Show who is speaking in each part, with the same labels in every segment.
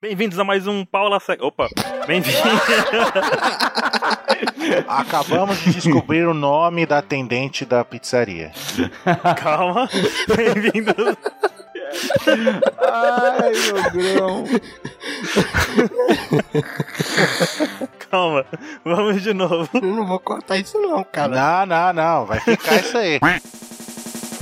Speaker 1: Bem-vindos a mais um Paula Seca. Opa! Bem-vindos!
Speaker 2: Acabamos de descobrir o nome da atendente da pizzaria.
Speaker 1: Calma! Bem-vindos!
Speaker 3: Ai, meu grão.
Speaker 1: Calma! Vamos de novo!
Speaker 3: Eu não vou cortar isso não, cara.
Speaker 2: Não, não, não. Vai ficar isso aí.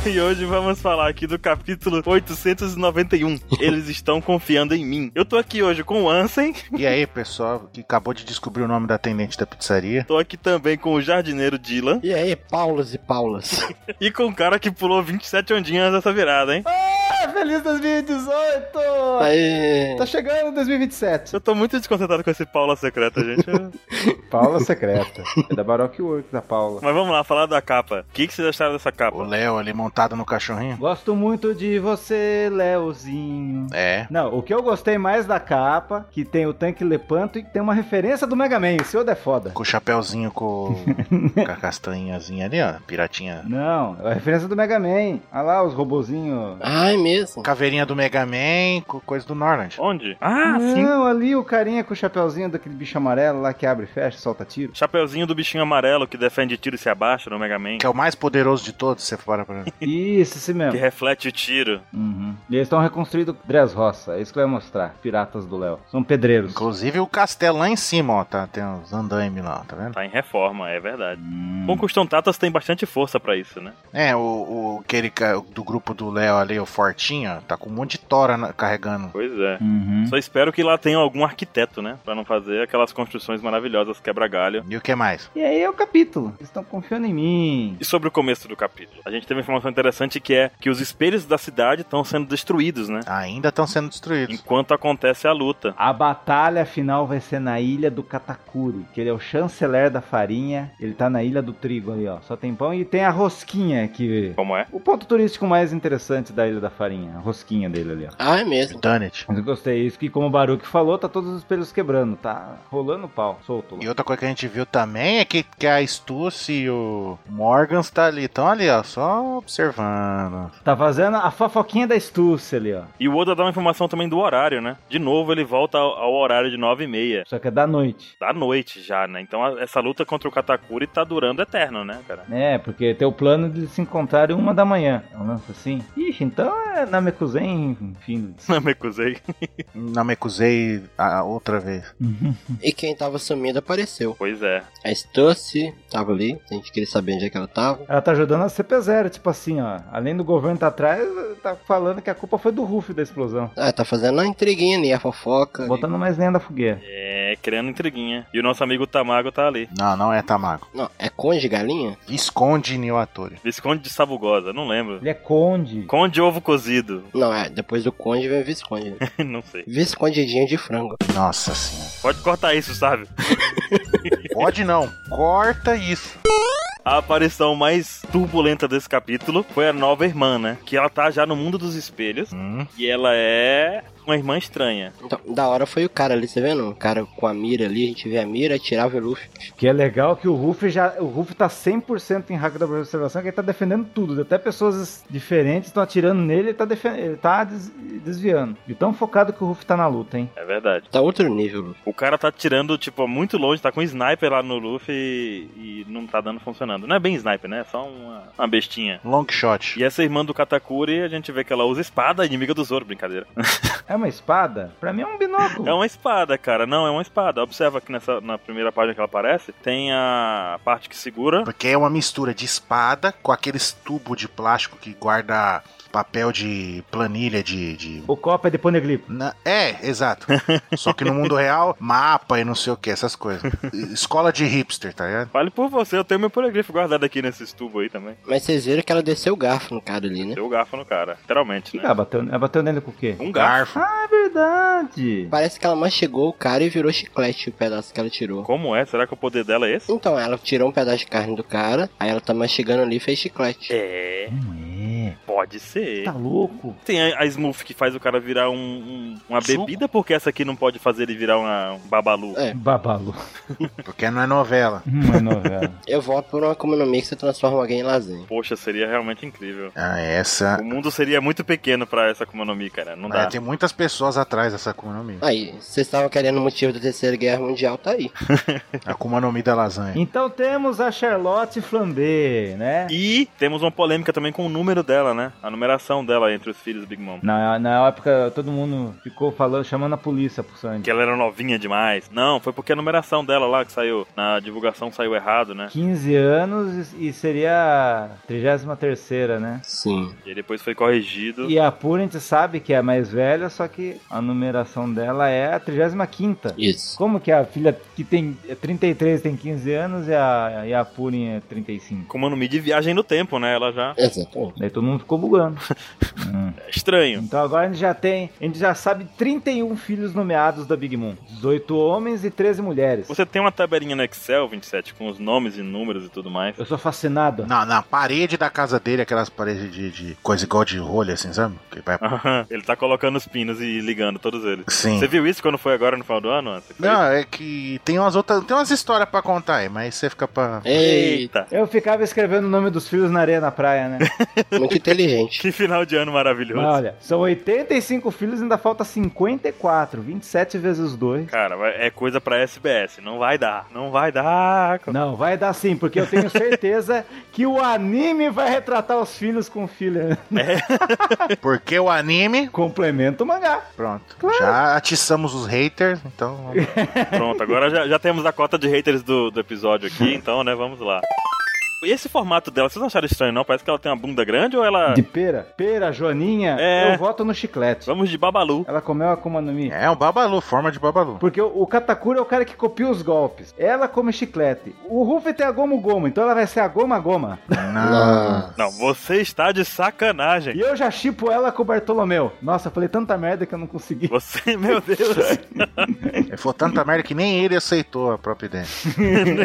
Speaker 1: E hoje vamos falar aqui do capítulo 891. Eles estão confiando em mim. Eu tô aqui hoje com o Ansem,
Speaker 2: E aí, pessoal, que acabou de descobrir o nome da atendente da pizzaria.
Speaker 1: tô aqui também com o jardineiro Dylan
Speaker 3: E aí, Paulas e Paulas.
Speaker 1: e com o cara que pulou 27 ondinhas nessa virada, hein?
Speaker 4: Feliz 2018!
Speaker 3: Aí.
Speaker 4: Tá chegando 2027.
Speaker 1: Eu tô muito desconcentrado com esse Paula Secreta, gente.
Speaker 4: Paula Secreta. É da Baroque Works, da Paula.
Speaker 1: Mas vamos lá, falar da capa. O que, que vocês acharam dessa
Speaker 2: O
Speaker 1: capa?
Speaker 2: Léo ali montado no cachorrinho.
Speaker 4: Gosto muito de você, Leozinho.
Speaker 2: É.
Speaker 4: Não, o que eu gostei mais da capa, que tem o tanque Lepanto e tem uma referência do Mega Man. O senhor é foda.
Speaker 2: Com o chapéuzinho com, com a castanhazinha ali, ó. Piratinha.
Speaker 4: Não, é a referência do Mega Man. Olha lá os robozinhos.
Speaker 3: Ai, mesmo.
Speaker 2: Caveirinha do Mega Man, com coisa do Norland.
Speaker 1: Onde? Ah, sim!
Speaker 4: Não, ali o carinha com o chapéuzinho daquele bicho amarelo lá que abre e fecha, solta tiro.
Speaker 1: Chapeuzinho do bichinho amarelo que defende tiro e se abaixa no Mega Man.
Speaker 2: Que é o mais poderoso de todos, você fora pra mim.
Speaker 4: Isso, esse
Speaker 1: Que
Speaker 4: mesmo.
Speaker 1: reflete o tiro.
Speaker 4: Uhum. E eles estão reconstruindo Dres Roça. É isso que vai mostrar. Piratas do Léo. São pedreiros.
Speaker 2: Inclusive o castelo lá em cima, ó. Tá, tem uns andaime lá, tá vendo?
Speaker 1: Tá em reforma, é verdade.
Speaker 4: Hum.
Speaker 1: Bom, Custom Tatas tem bastante força pra isso, né?
Speaker 2: É, o, o aquele ca- do grupo do Léo ali, o Fortinho, ó, tá com um monte de tora na- carregando.
Speaker 1: Pois é.
Speaker 4: Uhum.
Speaker 1: Só espero que lá tenha algum arquiteto, né? Pra não fazer aquelas construções maravilhosas quebra-galho.
Speaker 2: E o que mais?
Speaker 4: E aí é o capítulo. Eles estão confiando em mim.
Speaker 1: E sobre o começo do capítulo? A gente teve uma informação interessante que é que os espelhos da cidade estão sendo destruídos, né?
Speaker 2: Ainda estão sendo destruídos.
Speaker 1: Enquanto acontece a luta.
Speaker 4: A batalha final vai ser na ilha do Katakuri, que ele é o chanceler da farinha. Ele tá na ilha do trigo ali, ó. Só tem pão e tem a rosquinha que
Speaker 1: Como é?
Speaker 4: o ponto turístico mais interessante da ilha da farinha, a rosquinha dele ali, ó.
Speaker 3: Ai, mesmo.
Speaker 2: Danit.
Speaker 4: Mas eu gostei é isso que como o Baruque falou, tá todos os espelhos quebrando, tá rolando pau, solto.
Speaker 2: E
Speaker 4: Lá.
Speaker 2: outra coisa que a gente viu também é que, que a Stussy e o Morgan tá ali, estão ali, ó, só observando.
Speaker 4: Tá fazendo a fofoquinha da estúcia ali, ó.
Speaker 1: E o Oda dá uma informação também do horário, né? De novo, ele volta ao ao horário de 9 e meia.
Speaker 4: Só que é da noite.
Speaker 1: Da noite já, né? Então a- essa luta contra o Katakuri tá durando eterno, né, cara?
Speaker 4: É, porque tem o plano de eles se encontrarem uma da manhã. É um lance assim. Ixi, então é Namekuzen, enfim.
Speaker 1: Namekusei.
Speaker 2: Namekusei a outra vez.
Speaker 4: Uhum.
Speaker 3: E quem tava sumindo apareceu.
Speaker 1: Pois é.
Speaker 3: A Stussy tava ali. A gente queria saber onde é que ela tava.
Speaker 4: Ela tá ajudando a CP0, tipo assim, ó. Além do governo tá atrás, tá falando que a culpa foi do Ruff da explosão.
Speaker 3: Ah, tá fazendo a intriguinha ali, a fofoca.
Speaker 4: Botando mais lenha da fogueira.
Speaker 1: É, criando intriguinha. E o nosso amigo Tamago tá ali.
Speaker 2: Não, não é Tamago.
Speaker 3: Não, é conde galinha?
Speaker 2: Esconde Neo Atori.
Speaker 1: Visconde de Sabugosa, não lembro.
Speaker 4: Ele é conde.
Speaker 1: Conde ovo cozido.
Speaker 3: Não, é. Depois do conde vem o visconde.
Speaker 1: não sei.
Speaker 3: Viscondidinho de frango.
Speaker 2: Nossa senhora.
Speaker 1: Pode cortar isso, sabe?
Speaker 2: Pode não, corta isso.
Speaker 1: A aparição mais turbulenta desse capítulo foi a nova irmã, né? Que ela tá já no mundo dos espelhos.
Speaker 2: Hum,
Speaker 1: E ela é uma irmã estranha.
Speaker 3: Então, da hora foi o cara ali, você vendo? O cara com a mira ali, a gente vê a mira, tirava o Luffy.
Speaker 4: Que é legal que o Ruff já. O Ruff tá 100% em hack da observação, que ele tá defendendo tudo. Até pessoas diferentes estão atirando nele ele tá, defen- ele tá des- desviando. De tão focado que o Ruff tá na luta, hein?
Speaker 1: É verdade.
Speaker 3: Tá outro nível, Luffy.
Speaker 1: O cara tá tirando, tipo, muito longe, tá com um sniper lá no Luffy e, e não tá dando funcionando. Não é bem sniper, né? É só uma, uma bestinha.
Speaker 2: long shot.
Speaker 1: E essa irmã do Katakuri, a gente vê que ela usa espada, inimiga do Zoro, brincadeira.
Speaker 4: É uma espada? Pra mim é um binóculo.
Speaker 1: É uma espada, cara. Não, é uma espada. Observa que nessa, na primeira página que ela aparece, tem a parte que segura.
Speaker 2: Porque é uma mistura de espada com aqueles tubos de plástico que guarda papel de planilha de- de
Speaker 4: O copo é de poneglyph.
Speaker 2: Na- É, exato. Só que no mundo real, mapa e não sei o que, essas coisas. Escola de hipster, tá ligado?
Speaker 1: Fale por você, eu tenho meu poligrifo guardado aqui nesses tubos aí também.
Speaker 3: Mas vocês viram que ela desceu o garfo no cara ali, né?
Speaker 1: Deu o garfo no cara, literalmente, né?
Speaker 4: Ah, bateu, ah, bateu nele com o quê?
Speaker 1: Um garfo.
Speaker 2: Garfo.
Speaker 4: Ah, é verdade.
Speaker 3: Parece que ela mastigou o cara e virou chiclete o pedaço que ela tirou.
Speaker 1: Como é? Será que o poder dela é esse?
Speaker 3: Então, ela tirou um pedaço de carne do cara, aí ela tá mastigando ali e fez chiclete.
Speaker 1: É.
Speaker 4: Não é.
Speaker 1: Pode ser.
Speaker 4: Tá louco?
Speaker 1: Tem a, a Smurf que faz o cara virar um, um- uma
Speaker 2: Suco.
Speaker 1: bebida, porque essa aqui não pode fazer ele virar uma, um babalu.
Speaker 3: É.
Speaker 4: Babalu.
Speaker 2: Porque não é novela.
Speaker 4: Não é novela.
Speaker 3: Eu voto por uma economia que você transforma alguém em lasanha.
Speaker 1: Poxa, seria realmente incrível.
Speaker 2: Ah, essa.
Speaker 1: O mundo seria muito pequeno pra essa Akuma no Mi, cara. Não
Speaker 2: É,
Speaker 1: dá.
Speaker 2: tem muitas pessoas atrás dessa Akuma no Mi.
Speaker 3: Aí, vocês estavam querendo o motivo da Terceira Guerra Mundial, tá aí.
Speaker 2: A Akuma no Mi da lasanha.
Speaker 4: então temos a Charlotte Flambé, né?
Speaker 1: E temos uma polêmica também com o número dela, né? A numeração dela entre os filhos do Big Mom.
Speaker 4: Na, na época todo mundo ficou falando, chamando a polícia pro
Speaker 1: Que
Speaker 4: Sandy.
Speaker 1: ela era novinha demais. Não, foi porque a numeração dela lá que saiu. Na divulgação saiu errado, né?
Speaker 4: 15 anos e e seria a 33 né?
Speaker 3: Sim.
Speaker 1: E aí depois foi corrigido.
Speaker 4: E a Pura a gente sabe que é a mais velha, só que a numeração dela é a 35
Speaker 3: Isso.
Speaker 4: Como que a filha que tem é 33 tem 15 anos e a, e a Purin é 35?
Speaker 1: Akuma no Mi de viagem no tempo, né? Ela já.
Speaker 3: Exatamente.
Speaker 4: Daí todo mundo ficou bugando. Hum.
Speaker 1: É estranho.
Speaker 4: Então agora a gente já tem, a gente já sabe 31 filhos nomeados da Big Moon. 18 homens e 13 mulheres.
Speaker 1: Você tem uma tabelinha no Excel, 27, com os nomes e números e tudo mais.
Speaker 4: Eu sou fascinado.
Speaker 2: Na, na parede da casa dele, aquelas paredes de, de coisa igual de rolha, assim, sabe? Que vai-
Speaker 1: Aham, Ele tá colocando os pinos e ligando todos eles.
Speaker 2: Sim.
Speaker 1: Você viu isso quando foi agora no final do ano? Você fez?
Speaker 2: Não, é que tem umas outras. Tem umas histórias pra contar aí, mas você fica pra.
Speaker 3: Ei,
Speaker 1: Eita!
Speaker 4: Eu ficava escrevendo o nome dos filhos na areia na praia, né?
Speaker 3: muito inteligente.
Speaker 1: Que final de ano maravilhoso.
Speaker 4: Mas olha, são 85 filhos e ainda falta 54. 27 vezes 2.
Speaker 1: Cara, vai- é coisa pra SBS. Não vai dar. Não vai dar.
Speaker 4: Não, vai dar sim, porque eu tenho certeza que o anime vai retratar os filhos com filha.
Speaker 2: Porque o anime.
Speaker 4: Complementa o mangá.
Speaker 2: Pronto. Já atiçamos os haters, então.
Speaker 1: Pronto, agora já, já temos a cota de haters do, do episódio aqui, então, né? Vamos lá. E esse formato dela, vocês não acharam estranho, não? Parece que ela tem uma bunda grande ou ela.
Speaker 4: De pera. Pera, Joaninha,
Speaker 1: Ah. É.
Speaker 4: eu voto no chiclete.
Speaker 1: Vamos de babalu.
Speaker 4: Ela comeu a Akuma no Mi.
Speaker 2: É um babalu, forma de babalu.
Speaker 4: Porque o o Katakura é o cara que copia os golpes. Ela come chiclete. O Ruffy tem a Gomu Gomu, então ela vai ser a Goma Goma.
Speaker 3: Nossa.
Speaker 1: Não, você está de sacanagem.
Speaker 4: E eu já chipo ela com o Bartolomeu. Nossa, eu falei tanta merda que eu não consegui.
Speaker 1: Você, meu Deus,
Speaker 2: Ele falou tanta merda que nem ele aceitou a própria ideia.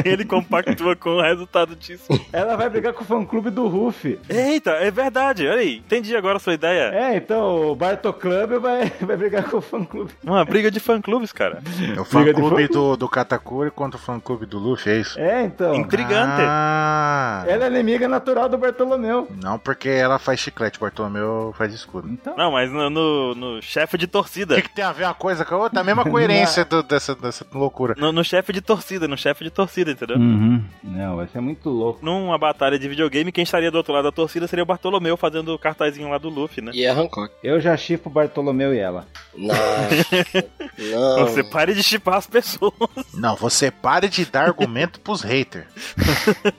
Speaker 1: ele compactua com o resultado disso.
Speaker 4: Ela vai brigar com o fã-clube do Ruffy.
Speaker 1: Eita, é verdade, olha aí, entendi agora a sua ideia.
Speaker 4: É, então o Barto Club vai, vai brigar com o fã-clube.
Speaker 1: Uma briga de fã-clubes, cara.
Speaker 2: É o
Speaker 4: Briga
Speaker 2: fã-clube
Speaker 4: de fã-clube.
Speaker 2: do, do Katakuri contra o fã-clube do Luffy, é isso?
Speaker 4: É, então.
Speaker 1: Intrigante.
Speaker 2: Ah,
Speaker 4: Ela é inimiga natural do Bartolomeu.
Speaker 2: Não, porque ela faz chiclete, Bartolomeu faz escudo.
Speaker 4: Então.
Speaker 1: Não, mas no, no, no chefe de
Speaker 2: O
Speaker 1: torcida.
Speaker 2: que, que tem a ver uma coisa com a outra? A mesma coerência do- dessa, dessa loucura.
Speaker 1: No, no chefe de torcida, no chefe de torcida, entendeu?
Speaker 4: Uhum. Não, vai ser muito louco.
Speaker 1: Numa batalha de videogame, quem estaria do outro lado da torcida seria o Bartolomeu fazendo o cartazinho lá do Luffy, né?
Speaker 3: E a Hancock.
Speaker 4: Eu já chipo o Bartolomeu e ela.
Speaker 3: Nossa. Não.
Speaker 1: Você pare de chipar as pessoas.
Speaker 2: Não, você pare de dar argumento pros haters.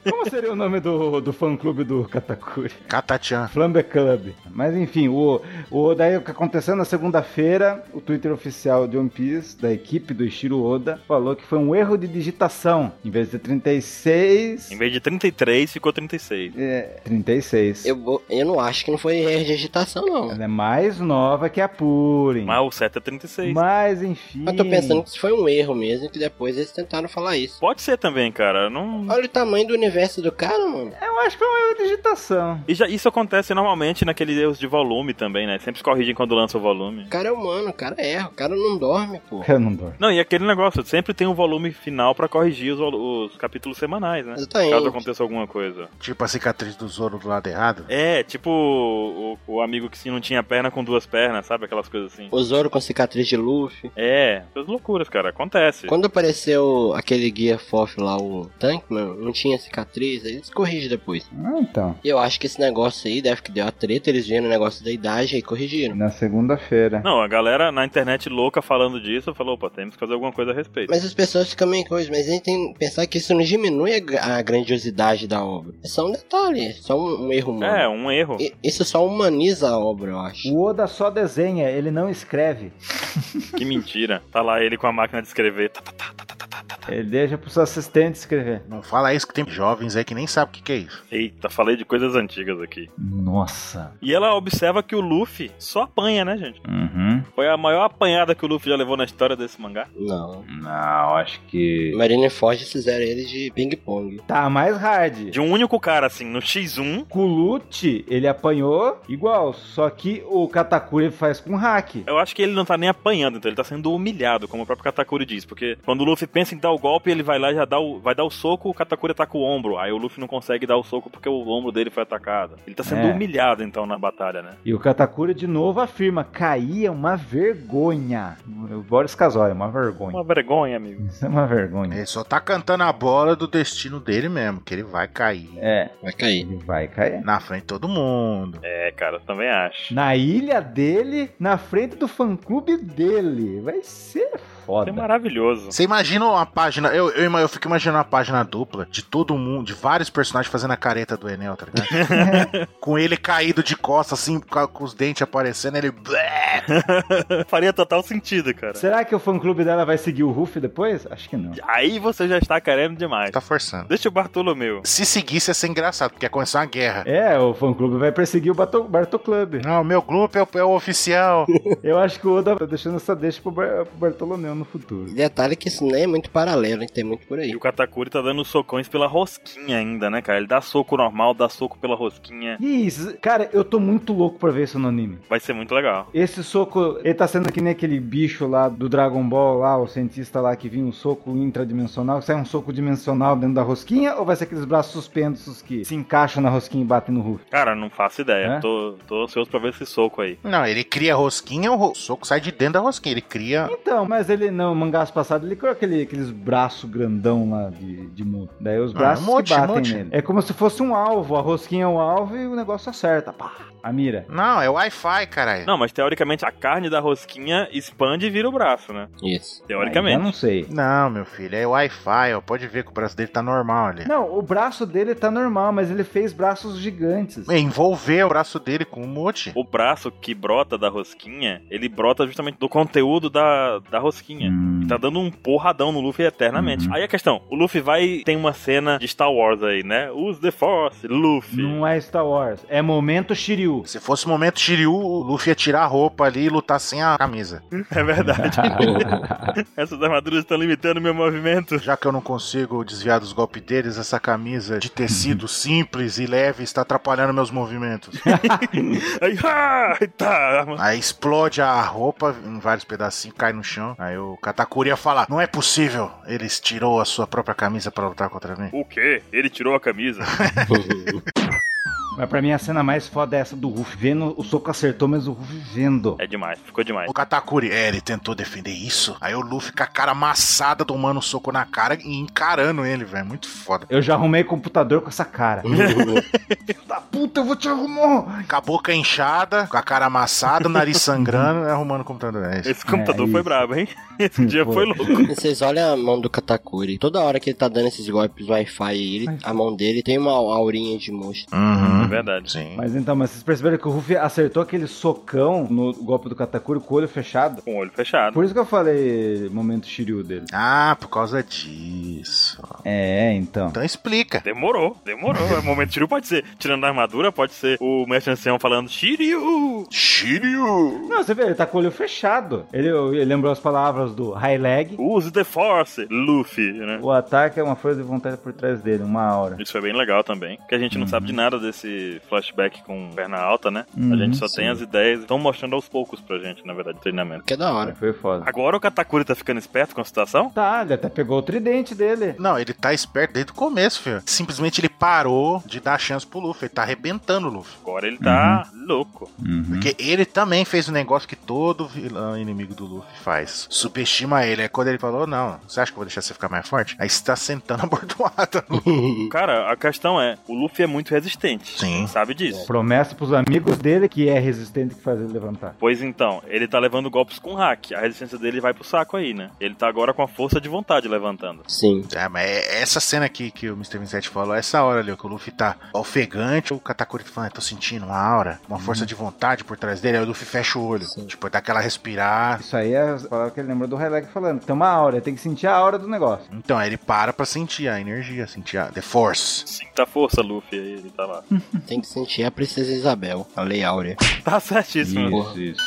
Speaker 4: Como seria o nome do, do fã-clube do Katakuri?
Speaker 2: Katachan.
Speaker 4: Flambe Club. Mas enfim, o, o daí o que aconteceu na segunda-feira, o Twitter oficial de One Piece, da equipe do Ishiro Oda, falou que foi um erro de digitação. Em vez de 36.
Speaker 1: Em vez de 33, ficou 36.
Speaker 4: É, 36.
Speaker 3: Eu, vou- eu não acho que não foi erro de agitação, não.
Speaker 4: Ela é mais nova que a Purim.
Speaker 1: Mas o certo é 36.
Speaker 4: Hum. Mas enfim.
Speaker 3: Eu tô pensando que isso foi um erro mesmo, que depois eles tentaram falar isso.
Speaker 1: Pode ser também, cara. Não.
Speaker 3: Olha o tamanho do universo do cara, mano.
Speaker 4: Eu acho que foi um erro de digitação.
Speaker 1: E já, isso acontece normalmente naqueles erros de volume também, né? Sempre se corrigem quando lança o volume.
Speaker 3: O cara é humano, o cara erra, o cara não dorme, pô.
Speaker 4: Eu não dou.
Speaker 1: Não, e aquele negócio, sempre tem um volume final pra corrigir os, vol- os capítulos semanais, né?
Speaker 3: Exatamente.
Speaker 1: Caso aconteça alguma coisa.
Speaker 2: Tipo a cicatriz do Zoro do lado errado.
Speaker 1: É, tipo o, o amigo que se não tinha perna com duas pernas, sabe? Aquelas coisas assim.
Speaker 3: O Zoro com cicatriz de Luffy.
Speaker 1: É, essas loucuras, cara, acontece.
Speaker 3: Quando apareceu aquele guia fofo lá, o Tankman, não tinha cicatriz, aí eles corrigem depois.
Speaker 4: Ah, então.
Speaker 3: Eu acho que esse negócio aí deve que deu a treta, eles viram o negócio da idade e corrigiram.
Speaker 4: Na segunda-feira.
Speaker 1: Não, a galera na internet louca falando disso falou, opa, temos que fazer alguma coisa a respeito.
Speaker 3: Mas as pessoas ficam meio coisa, mas a gente tem que pensar que isso não diminui a gra- a grandiosidade da obra. É só um detalhe, é só um, um erro humano.
Speaker 1: É, um erro.
Speaker 3: E- Isso só humaniza a obra, eu acho.
Speaker 4: O Oda só desenha, ele não escreve.
Speaker 1: Que mentira. Tá lá ele com a máquina de escrever. Tá, tá, tá.
Speaker 4: Ele deixa pros assistentes escrever.
Speaker 2: Não fala isso que tem jovens aí que nem sabem o que, que é isso.
Speaker 1: tá. Eita, falei de coisas antigas aqui.
Speaker 4: Nossa.
Speaker 1: E ela observa que o Luffy só apanha, né, gente?
Speaker 4: Uhum.
Speaker 1: Foi a maior apanhada que o Luffy já levou na história desse mangá.
Speaker 3: Não.
Speaker 5: Não, acho que.
Speaker 3: Marineford fizeram ele de ping-pong.
Speaker 4: Tá mais hard.
Speaker 1: De um único cara, assim, no X1.
Speaker 4: Kulute, ele apanhou igual, só que o Katakuri faz com hack.
Speaker 1: Eu acho que ele não tá nem apanhando, então ele tá sendo humilhado, como o próprio Katakuri diz. Porque quando o Luffy pensa em dar o golpe, ele vai lá e já dá o, vai dar o soco, o Katakuri ataca o ombro. Aí o Luffy não consegue dar o soco porque o ombro dele foi atacado. Ele tá sendo
Speaker 4: É.
Speaker 1: humilhado, então, na batalha, né?
Speaker 4: E o Katakuri de novo afirma: caí é uma vergonha. O Boris Casoy, é uma vergonha.
Speaker 1: Uma vergonha, amigo.
Speaker 4: Isso é uma vergonha.
Speaker 2: Ele só tá cantando a bola do destino dele mesmo, que ele vai cair
Speaker 4: É,
Speaker 3: Vai cair.
Speaker 4: ele vai cair.
Speaker 2: na frente de todo mundo.
Speaker 1: É, cara, eu também acho.
Speaker 4: Na ilha dele, na frente do fã clube dele. Vai ser
Speaker 1: É
Speaker 4: foda.
Speaker 1: maravilhoso.
Speaker 2: Você imagina uma página. Eu, eu, ima- eu fico imaginando uma página dupla de todo mundo, de vários personagens fazendo a careta do Enel, tá ligado? com ele caído de costas, assim, com com os dentes aparecendo, ele.
Speaker 4: É.
Speaker 1: Faria total sentido, cara.
Speaker 4: Será que o fã clube dela vai seguir o Ruff depois? Acho que não.
Speaker 1: Aí você já está querendo demais.
Speaker 2: Tá forçando.
Speaker 1: Deixa o Bartolomeu.
Speaker 2: Se seguisse ia ser engraçado, porque ia começar uma guerra.
Speaker 4: É, o fã clube vai perseguir o Bato, Barto Club.
Speaker 2: Não, meu grupo é o, é o oficial.
Speaker 4: Eu acho que o Oda tá deixando essa deixa pro, Bar pro Bartolomeu no futuro.
Speaker 3: Detalhe que isso nem é muito paralelo, hein? Tem muito por aí.
Speaker 1: E o Katakuri tá dando socões pela rosquinha ainda, né, cara? Ele dá soco normal, dá soco pela rosquinha.
Speaker 4: E isso, cara, eu tô muito louco pra ver isso no anime.
Speaker 1: Vai ser muito legal.
Speaker 4: Esse soco, ele tá sendo que nem aquele bicho lá do Dragon Ball, lá, o cientista lá que vinha um soco intradimensional, sai um soco dimensional dentro da rosquinha, ou vai ser aqueles braços suspensos que se encaixam na rosquinha e batem no Ruff?
Speaker 1: Cara, não faço ideia.
Speaker 4: É?
Speaker 1: Tô, tô ansioso pra ver esse soco aí.
Speaker 2: Não, ele cria rosquinha, o ro- soco sai de dentro da rosquinha. Ele cria.
Speaker 4: Então, mas ele não, mangás passado, ele criou aquele, aqueles braços grandão lá de, de mundo. Daí os
Speaker 2: Ah,
Speaker 4: braços
Speaker 2: um monte,
Speaker 4: que batem
Speaker 2: um monte.
Speaker 4: nele. É como se fosse um alvo, a rosquinha é um alvo e o negócio acerta, pá, a mira.
Speaker 2: Não, é Wi-Fi, caralho.
Speaker 1: Não, mas teoricamente a carne da rosquinha expande e vira o braço, né?
Speaker 3: Isso.
Speaker 4: Aí Eu
Speaker 1: Teoricamente.
Speaker 4: não sei.
Speaker 2: Não, meu filho, é Wi-Fi, ó. Pode ver que o braço dele tá normal ali.
Speaker 4: Não, o braço dele tá normal, mas ele fez braços gigantes.
Speaker 2: É, Envolver o braço dele com um monte.
Speaker 1: O braço que brota da rosquinha, ele brota justamente do conteúdo da, da
Speaker 4: Hum.
Speaker 1: rosquinha. E tá dando um porradão no Luffy eternamente.
Speaker 4: Uhum.
Speaker 1: Aí a questão, o Luffy vai e tem uma cena de Star Wars aí, né? Use the Force, Luffy.
Speaker 4: Não é Star Wars, é momento Shiryu.
Speaker 2: Se fosse o momento Shiryu, o Luffy ia tirar a roupa ali e lutar sem a camisa.
Speaker 1: É verdade. Essas armaduras estão limitando meu movimento.
Speaker 2: Já que eu não consigo desviar dos golpes deles, essa camisa de tecido simples e leve está atrapalhando meus movimentos.
Speaker 1: Aí, ah, tá.
Speaker 2: Aí explode a roupa em vários pedacinhos, cai no chão. Aí o Katakuri ia falar: Não é possível, eles tirou a sua própria camisa pra lutar contra mim.
Speaker 1: O quê? Ele tirou a camisa.
Speaker 4: Mas pra mim a cena mais foda é essa do Ruff vendo, o soco acertou, mas o Ruff vendo.
Speaker 1: É demais, ficou demais.
Speaker 2: O Katakuri, é, ele tentou defender isso. Aí o Luffy com a cara amassada, tomando um soco na cara e encarando ele, velho. Muito foda.
Speaker 4: Eu já arrumei computador com essa cara.
Speaker 3: Uhum.
Speaker 4: Filho da puta, eu vou te arrumar!
Speaker 2: Com a boca inchada, com a cara amassada, o nariz sangrando, né, arrumando o computador. É isso.
Speaker 1: Esse computador
Speaker 4: É,
Speaker 1: foi
Speaker 4: isso.
Speaker 1: brabo, hein? Esse dia foi louco.
Speaker 3: E vocês olham a mão do Katakuri. Toda hora que ele tá dando esses golpes Wi-Fi, aí, ele, a mão dele tem uma aurinha de monstro.
Speaker 1: É
Speaker 2: Uhum.
Speaker 1: verdade.
Speaker 2: Sim.
Speaker 4: Mas então, mas vocês perceberam que o Ruff acertou aquele socão no golpe do Katakuri com o olho fechado?
Speaker 1: Com o olho fechado.
Speaker 4: Por isso que eu falei momento Shiryu dele.
Speaker 2: Ah, por causa disso.
Speaker 4: É, então.
Speaker 2: Então explica.
Speaker 1: Demorou, demorou. É momento Shiryu pode ser tirando a armadura, pode ser o mestre ancião falando Shiryu.
Speaker 2: Shiryu!
Speaker 4: Não, você vê, ele tá com o olho fechado. Ele, ele lembrou as palavras do high leg.
Speaker 1: Use the force, Luffy, né?
Speaker 4: O ataque é uma força de vontade por trás dele, uma aura.
Speaker 1: Isso foi bem legal também. Porque a gente não sabe de nada desse flashback com perna alta, né? a
Speaker 4: Uhum,
Speaker 1: gente só
Speaker 4: sim.
Speaker 1: tem as ideias. Estão mostrando aos poucos pra gente, na verdade, o treinamento.
Speaker 3: Que é da hora.
Speaker 4: Foi foda.
Speaker 1: Agora o Katakuri tá ficando esperto com a situação?
Speaker 4: Tá, ele até pegou o tridente dele.
Speaker 2: Não, ele tá esperto desde o começo, filho. Simplesmente ele parou de dar chance pro Luffy. Ele tá arrebentando o Luffy.
Speaker 1: Agora ele tá
Speaker 4: Uhum.
Speaker 1: louco.
Speaker 2: Porque ele também fez um negócio que todo vilão inimigo do Luffy faz. Subestima ele. É quando ele falou, não, você acha que eu vou deixar você ficar mais forte? Aí você tá sentando a bordoada.
Speaker 1: Cara, a questão é, o Luffy é muito resistente.
Speaker 2: Sim.
Speaker 1: Sabe disso?
Speaker 4: Promessa pros amigos dele que é resistente que faz ele levantar.
Speaker 1: Pois então, ele tá levando golpes com hack. A resistência dele vai pro saco aí, né? Ele tá agora com a força de vontade levantando.
Speaker 3: Sim.
Speaker 2: É, mas é essa cena aqui que o Mr. 27 falou, é essa hora ali, que o Luffy tá ofegante, o Katakuri tá falando, "Ah, tô sentindo uma aura, uma força de vontade por trás dele, aí o Luffy fecha o olho.
Speaker 3: Sim.
Speaker 2: Tipo, dá aquela respirar.
Speaker 4: Isso aí é a palavra que ele lembrou do Highlight falando. Tem uma aura, tem que sentir a aura do negócio.
Speaker 2: Então, aí ele para pra sentir a energia, sentir a The Force.
Speaker 1: Sinta a força, Luffy, aí ele tá lá.
Speaker 3: Tem que sentir a Princesa Isabel, a Lei Áurea.
Speaker 1: tá certíssimo.
Speaker 3: Porra.
Speaker 4: isso.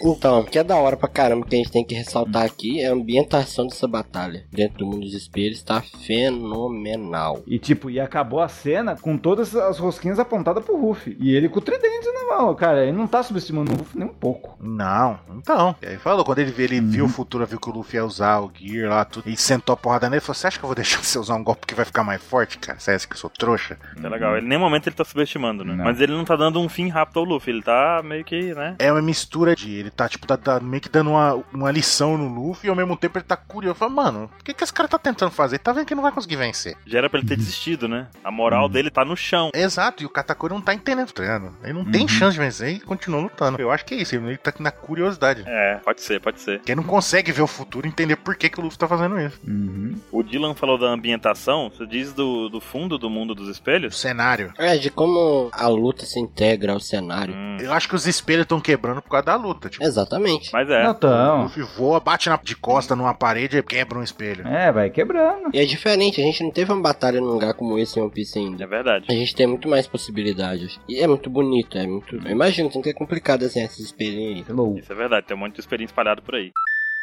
Speaker 3: Então, o que é da hora pra caramba que a gente tem que ressaltar aqui é a ambientação dessa batalha. Dentro do mundo dos espelhos tá fenomenal.
Speaker 4: E tipo, e acabou a cena com todas as rosquinhas apontadas pro Ruff. E ele com o tridente na mão, cara. Ele não tá subestimando o Ruff nem um pouco.
Speaker 2: Não, então. Uhum. E aí falou, quando ele, vê, ele viu o futuro, viu que o Luffy ia usar o Gear lá, tudo, e sentou a porrada nele, falou: Você acha que eu vou deixar você usar um golpe que vai ficar mais forte, cara? Você acha que eu sou trouxa?
Speaker 1: Isso é legal. Ele, em nenhum momento ele tá subestimando, né?
Speaker 4: Não.
Speaker 1: Mas ele não tá dando um fim rápido ao Luffy. Ele tá meio que, né?
Speaker 2: É uma mistura de. Ele tá, tipo, tá, tá meio que dando uma, uma lição no Luffy e ao mesmo tempo ele tá curioso. Fala, mano, o que, que esse cara tá tentando fazer? Ele Tá vendo que não vai conseguir vencer.
Speaker 1: Já era pra ele ter desistido, né? A moral dele tá no chão.
Speaker 2: Exato, e o Katakuri não tá entendendo o treino. Ele não tem
Speaker 4: Uhum.
Speaker 2: chance de vencer e continua lutando. Eu acho que é isso, ele tá na curiosidade.
Speaker 1: É, pode ser, pode ser.
Speaker 2: Quem não consegue ver o futuro e entender por que, que o Luffy tá fazendo isso.
Speaker 4: Uhum.
Speaker 1: O Dylan falou da ambientação, você diz do, do fundo do mundo dos
Speaker 2: O
Speaker 1: espelhos?
Speaker 2: cenário.
Speaker 3: É, de como a luta se integra ao cenário.
Speaker 1: Hum,
Speaker 2: Eu acho que os espelhos estão quebrando por causa da luta. Tipo,
Speaker 3: Exatamente.
Speaker 1: mas é.
Speaker 4: Não tá.
Speaker 2: o
Speaker 4: tão.
Speaker 2: Luffy voa, bate na- de costa numa parede e quebra um espelho.
Speaker 4: É, vai quebrando.
Speaker 3: E é diferente, a gente não teve uma batalha num lugar como esse em One Piece ainda.
Speaker 1: É verdade.
Speaker 3: A gente tem muito mais possibilidades. E é muito bonito, é muito. Eu imagino, tanto que é complicado desenhar esses espelhinhos aí.
Speaker 4: Hello.
Speaker 1: Isso é verdade, tem um monte de experiência espalhado por aí.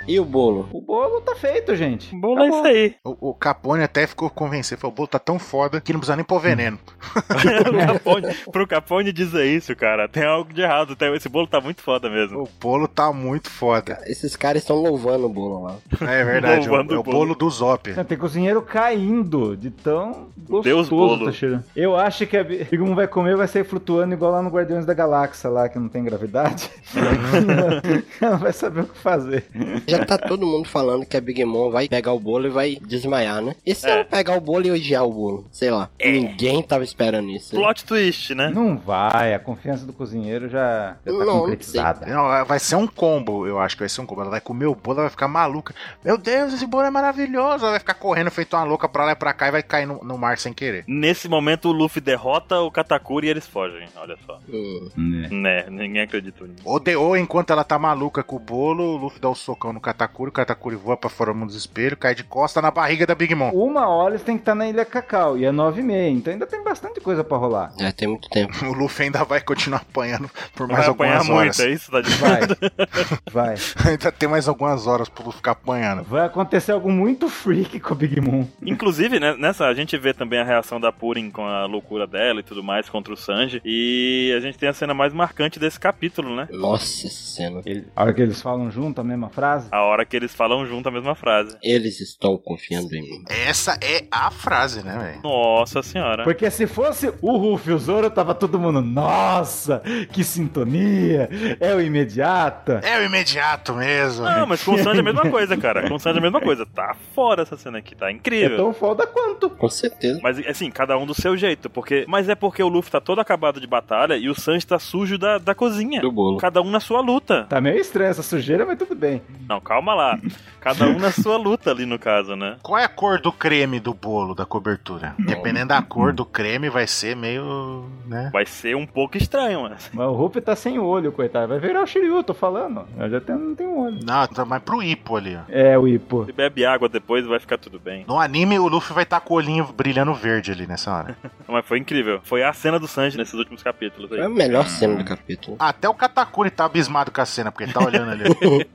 Speaker 3: E o bolo?
Speaker 4: O bolo tá feito, gente.
Speaker 1: Bom, é isso aí.
Speaker 2: O, o Capone até ficou convencido. Falou, o bolo tá tão foda que não precisa nem pôr veneno.
Speaker 1: O Capone, pro Capone dizer isso, cara, tem algo de errado. Tem, esse bolo tá muito foda
Speaker 4: Hum.
Speaker 1: mesmo.
Speaker 2: O bolo tá muito foda.
Speaker 3: Esses caras estão louvando o bolo lá.
Speaker 2: É verdade. o,
Speaker 1: Louvando
Speaker 2: é
Speaker 1: o
Speaker 2: o
Speaker 1: bolo.
Speaker 2: bolo do Zop.
Speaker 4: Tem cozinheiro caindo de tão gostoso
Speaker 1: Deus bolo.
Speaker 4: tá cheirando. Eu acho que a Bi- que um vai comer vai sair flutuando igual lá no Guardiões da Galáxia lá, que não tem gravidade. Ela vai saber o que fazer.
Speaker 3: Já tá todo mundo falando que a Big Mom vai pegar o bolo e vai desmaiar, né? E se
Speaker 1: É.
Speaker 3: ela pegar o bolo e odiar o bolo? Sei lá.
Speaker 4: É.
Speaker 3: Ninguém tava esperando isso. né?
Speaker 1: Plot twist, né?
Speaker 4: Não vai, a confiança do cozinheiro já, já tá
Speaker 3: Não,
Speaker 4: concretizada.
Speaker 2: Não, vai ser um combo, eu acho que vai ser um combo. Ela vai comer o bolo, ela vai ficar maluca. Meu Deus, esse bolo é maravilhoso. Ela vai ficar correndo feito uma louca pra lá e pra cá e vai cair no, no mar sem querer.
Speaker 1: Nesse momento, o Luffy derrota o Katakuri e eles fogem, olha só.
Speaker 3: Hum.
Speaker 4: É.
Speaker 1: Né, ninguém acredita nisso.
Speaker 2: Ou, de- ou enquanto ela tá maluca com o bolo, o Luffy dá o socão no Katakuri, o Katakuri voa pra fora do mundo dos espelhos, cai de costa na barriga da Big Mom.
Speaker 4: Uma hora eles têm que estar na Ilha Cacau, e é nove e meia, então ainda tem bastante coisa pra rolar.
Speaker 3: Já é, tem muito tempo.
Speaker 2: O Luffy ainda vai continuar apanhando por mais
Speaker 1: Vai apanhar
Speaker 2: algumas horas.
Speaker 1: muito, é isso? Tá de
Speaker 4: Vai, vai.
Speaker 2: ainda tem mais algumas horas pro Luffy ficar apanhando.
Speaker 4: Vai acontecer algo muito freak com o Big Moon.
Speaker 1: Inclusive, né, nessa, a gente vê também a reação da Purin com a loucura dela e tudo mais contra o Sanji. E a gente tem a cena mais marcante desse capítulo, né?
Speaker 3: Nossa, essa cena.
Speaker 4: A hora que eles falam junto a mesma frase.
Speaker 1: A hora que eles falam junto a mesma frase.
Speaker 3: Eles estão confiando em mim.
Speaker 2: Essa é a frase, né, velho?
Speaker 1: Nossa senhora.
Speaker 4: Porque se fosse o Ruff e o Zoro, tava todo mundo, nossa, que sintonia, é o imediata.
Speaker 2: É o imediato mesmo.
Speaker 1: Não, mas com o Sanji é a mesma coisa, cara. Com o Sanji é a mesma coisa. Tá fora essa cena aqui, tá
Speaker 4: É
Speaker 1: incrível.
Speaker 4: tão foda quanto.
Speaker 3: Com certeza.
Speaker 1: Mas assim, cada um do seu jeito, porque. Mas é porque o Luffy tá todo acabado de batalha e o Sanji tá sujo da, da cozinha.
Speaker 3: Do bolo.
Speaker 1: Cada um na sua luta.
Speaker 4: Tá meio estranho essa sujeira, mas tudo bem.
Speaker 1: Não, calma lá. Cada um na sua luta ali no caso, né?
Speaker 2: Qual é a cor do creme do bolo, da cobertura? Dependendo da cor do creme, vai ser meio. né?
Speaker 1: Vai ser um pouco estranho, mas.
Speaker 4: Mas o Ruff tá sem olho, coitado. Vai virar o Shiryu, tô falando. Eu já tenho, não tenho olho.
Speaker 2: Não, tá mais pro hipo ali, ó.
Speaker 4: É, o Ipo.
Speaker 1: Se bebe água depois, vai ficar tudo bem.
Speaker 2: No anime, o Luffy vai estar com o olhinho brilhando verde ali nessa hora.
Speaker 1: Mas foi incrível. Foi a cena do Sanji nesses últimos capítulos
Speaker 3: É a
Speaker 1: aí.
Speaker 3: melhor cena do capítulo.
Speaker 2: Até o Katakuri tá abismado com a cena, porque ele tá olhando ali.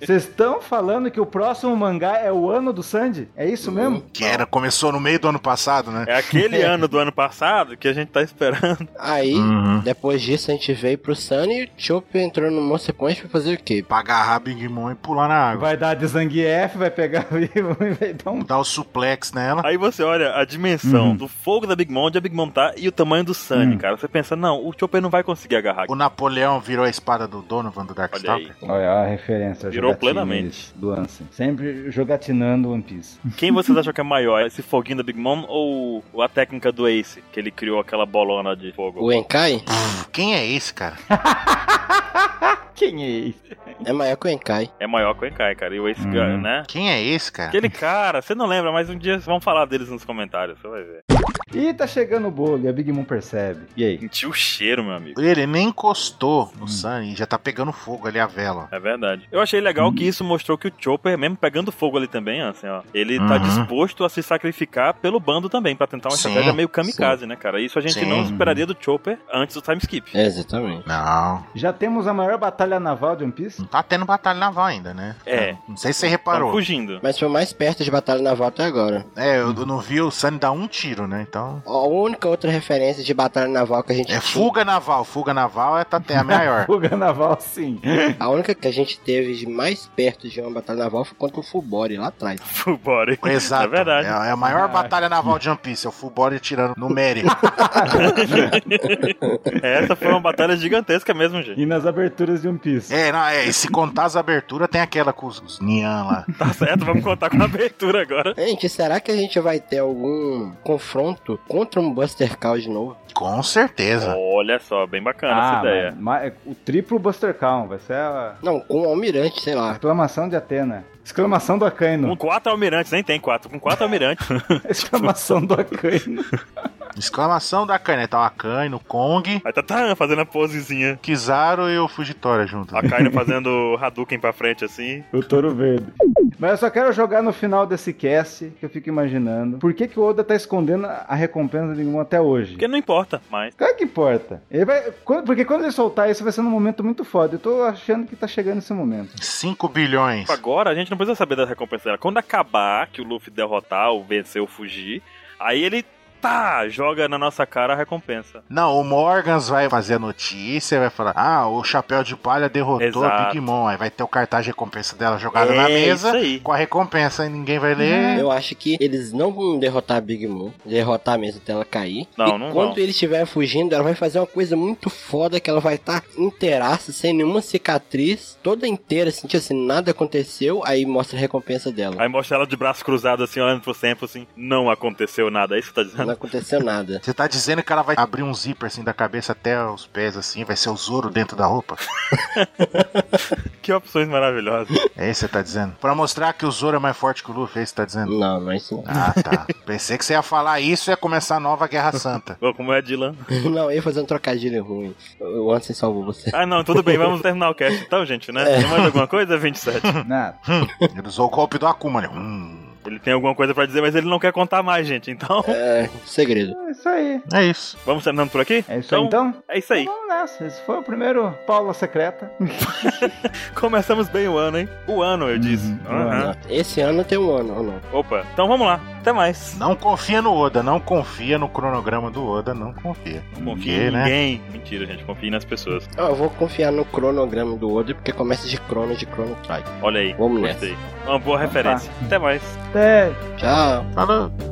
Speaker 4: Vocês estão falando que o próximo mangá é o ano do Sandy? É isso mesmo?
Speaker 2: que era, começou no meio do ano passado, né?
Speaker 1: É aquele ano do ano passado que a gente tá esperando.
Speaker 3: Aí,
Speaker 2: Uhum.
Speaker 3: depois disso, a gente veio pro Sunny e o Chopper entrou no Monster Punch pra fazer o quê?
Speaker 2: Pra agarrar a Big Mom e pular na água.
Speaker 4: Vai dar de Zangief, vai pegar o Ivo e vai dar um...
Speaker 2: Dar o suplex nela.
Speaker 1: Aí você olha a dimensão
Speaker 4: Uhum.
Speaker 1: do fogo da Big Mom, onde a Big Mom tá, e o tamanho do Sanji,
Speaker 4: Uhum.
Speaker 1: cara. Você pensa, não, o Chopper não vai conseguir agarrar.
Speaker 2: O Napoleão virou a espada do Donovan do
Speaker 4: tá
Speaker 1: Olha aí.
Speaker 2: Darkstalker.
Speaker 4: Olha a referência.
Speaker 1: Virou
Speaker 4: jogatina
Speaker 1: plenamente.
Speaker 4: Do Ansem. Sempre jogatinando One Piece.
Speaker 1: Quem vocês acham que é maior? Esse foguinho da Big Mom ou a técnica do Ace, que ele criou aquela bolona de fogo?
Speaker 3: O Enkai
Speaker 2: Quem é esse, cara?
Speaker 4: Quem é esse?
Speaker 3: é maior que o Enkai.
Speaker 1: É maior que o Enkai, cara. E o Ace,
Speaker 2: Hum.
Speaker 4: Uhum.
Speaker 1: ganha, né?
Speaker 2: Quem é esse, cara?
Speaker 1: Aquele cara, você não lembra, mas um dia vão falar deles nos comentários, você vai ver.
Speaker 4: E tá chegando o bolo e a Big Mom percebe. E aí?
Speaker 1: Sentiu o cheiro, meu amigo.
Speaker 2: Ele nem encostou no Sunny e já tá pegando fogo ali a vela.
Speaker 1: É verdade. Eu achei legal que isso mostrou que o Chopper, mesmo pegando fogo ali também, assim, ó, ele tá
Speaker 2: Uhum.
Speaker 1: disposto a se sacrificar pelo bando também, pra tentar uma
Speaker 2: Sim,
Speaker 1: estratégia meio kamikaze, né, cara? Isso a gente
Speaker 2: Sim.
Speaker 1: não esperaria do Chopper antes do time skip.
Speaker 3: É, exatamente.
Speaker 2: Não.
Speaker 4: Já temos a maior batalha naval de One Piece?
Speaker 2: Não tá tendo batalha naval ainda, né?
Speaker 1: É.
Speaker 2: Não sei se você
Speaker 1: Tão
Speaker 2: reparou.
Speaker 1: fugindo.
Speaker 3: Mas foi mais perto de Batalha Naval até agora.
Speaker 2: É, eu não vi o Sunny dar um tiro, né? Então.
Speaker 3: A única outra referência de Batalha Naval que a gente
Speaker 2: É
Speaker 3: tinha-
Speaker 2: fuga naval. Fuga naval é, tá, é a maior.
Speaker 4: Fuga naval, sim.
Speaker 3: A única que a gente teve de mais perto de uma Batalha Naval foi contra o Fubori lá atrás.
Speaker 1: Full body.
Speaker 2: Exato.
Speaker 1: É verdade.
Speaker 2: É, a maior
Speaker 4: Ah.
Speaker 2: batalha naval de One Piece. É o full body tirando no Mary.
Speaker 1: É, Essa foi uma batalha gigantesca mesmo, gente.
Speaker 4: E nas aberturas de One Piece?
Speaker 2: é, não, é. E se contar as aberturas, tem aquela com os, os Nian lá.
Speaker 1: Tá certo, vamos contar com a abertura agora.
Speaker 3: Gente, será que a gente vai ter algum confronto contra um Buster Call de novo?
Speaker 2: Com certeza.
Speaker 1: Olha só, bem bacana essa
Speaker 4: Ah,
Speaker 1: ideia.
Speaker 4: mano, ma- o triplo Buster Calm vai ser a
Speaker 3: Não, com o Almirante, sei lá.
Speaker 4: exclamação de Atena. Exclamação do
Speaker 1: Com
Speaker 4: Acaino.
Speaker 1: quatro almirantes, nem tem quatro, com quatro almirantes.
Speaker 4: Exclamação do Acaino.
Speaker 2: Exclamação da Kaine. Tá o Akainu, o Kong,
Speaker 1: Aí tá, tá fazendo a posezinha.
Speaker 2: o Kizaru e o Fugitória junto.
Speaker 1: A Kaina fazendo Hadouken pra frente assim.
Speaker 4: O touro verde. Mas eu só quero jogar no final desse cast que eu fico imaginando. Por que, que o Oda tá escondendo a recompensa de Gumon até hoje?
Speaker 1: Porque não importa mais.
Speaker 4: Claro que importa. Ele vai, quando- porque quando ele soltar isso vai ser num momento muito foda. Eu tô achando que tá chegando esse momento.
Speaker 2: 5 bilhões.
Speaker 1: Agora a gente não precisa saber da recompensa dela. Quando acabar, que o Luffy derrotar, ou vencer ou fugir, aí ele tá, joga na nossa cara a recompensa.
Speaker 2: Não, o Morgans vai fazer a notícia, vai falar: Ah, o Chapéu de Palha derrotou a
Speaker 1: Exato.
Speaker 2: Big Mom. Aí vai ter o cartaz de recompensa dela jogado
Speaker 1: É
Speaker 2: na mesa
Speaker 1: isso aí. Uhum.
Speaker 2: com a recompensa e ninguém vai ler.
Speaker 3: Eu acho que eles não vão derrotar a Big Mom, derrotar mesmo até ela cair.
Speaker 1: Não,
Speaker 3: e
Speaker 1: não
Speaker 3: quando
Speaker 1: vão.
Speaker 3: ele estiver fugindo, ela vai fazer uma coisa muito foda que ela vai estar tá inteiraça, sem nenhuma cicatriz, toda inteira, assim, tipo assim, nada aconteceu, aí mostra a recompensa dela.
Speaker 1: Aí mostra ela de braço cruzado assim, olhando pro tempo assim, não aconteceu nada, é isso que tá dizendo?
Speaker 3: Não aconteceu nada.
Speaker 2: Você tá dizendo que ela vai abrir um zíper assim da cabeça até os pés, assim, vai ser o Zoro dentro da roupa?
Speaker 1: Que opções maravilhosas.
Speaker 2: É isso que você tá dizendo? Pra mostrar que o Zoro é mais forte que o Luffy, é isso que você tá dizendo?
Speaker 3: Não, não é isso não.
Speaker 2: Ah, tá. Pensei que você ia falar isso e ia começar a nova Guerra Santa.
Speaker 1: Pô, como é Dylan?
Speaker 3: Não, eu ia fazer um trocadilho ruim. O Ansem salvou você.
Speaker 1: Ah, não, tudo bem, vamos terminar o cast então, gente,
Speaker 4: É.
Speaker 1: né? Tem mais alguma coisa? 27.
Speaker 4: Nada.
Speaker 2: Ele usou o golpe do Akuma, né? Hum,
Speaker 1: Ele tem alguma coisa pra dizer, mas ele não quer contar mais, gente. Então,
Speaker 3: É, segredo.
Speaker 4: É isso aí.
Speaker 2: é isso.
Speaker 1: vamos terminando por aqui?
Speaker 4: É isso aí então?
Speaker 1: É isso aí.
Speaker 4: Vamos nessa. Esse foi o primeiro Paula Secreta.
Speaker 1: Começamos bem o ano, hein? O ano, eu disse.
Speaker 4: Uhum, o é.
Speaker 1: Aham.
Speaker 3: Esse ano tem um ano, ou não?
Speaker 1: Opa, então vamos lá. Até mais.
Speaker 2: Não confia no Oda, não confia no cronograma do Oda, não confia. né?
Speaker 1: Não confie
Speaker 2: Porque,
Speaker 1: em
Speaker 4: né?
Speaker 1: ninguém. Mentira, gente. Confie nas pessoas.
Speaker 3: Ah, eu vou confiar no cronograma do Oda, porque começa de crono de Chrono Trigger.
Speaker 1: Olha aí.
Speaker 3: Vamos nessa.
Speaker 4: Então tá.
Speaker 1: Gostei. Uma boa referência. Até mais.
Speaker 4: Até.
Speaker 3: Tchau.
Speaker 2: Falou.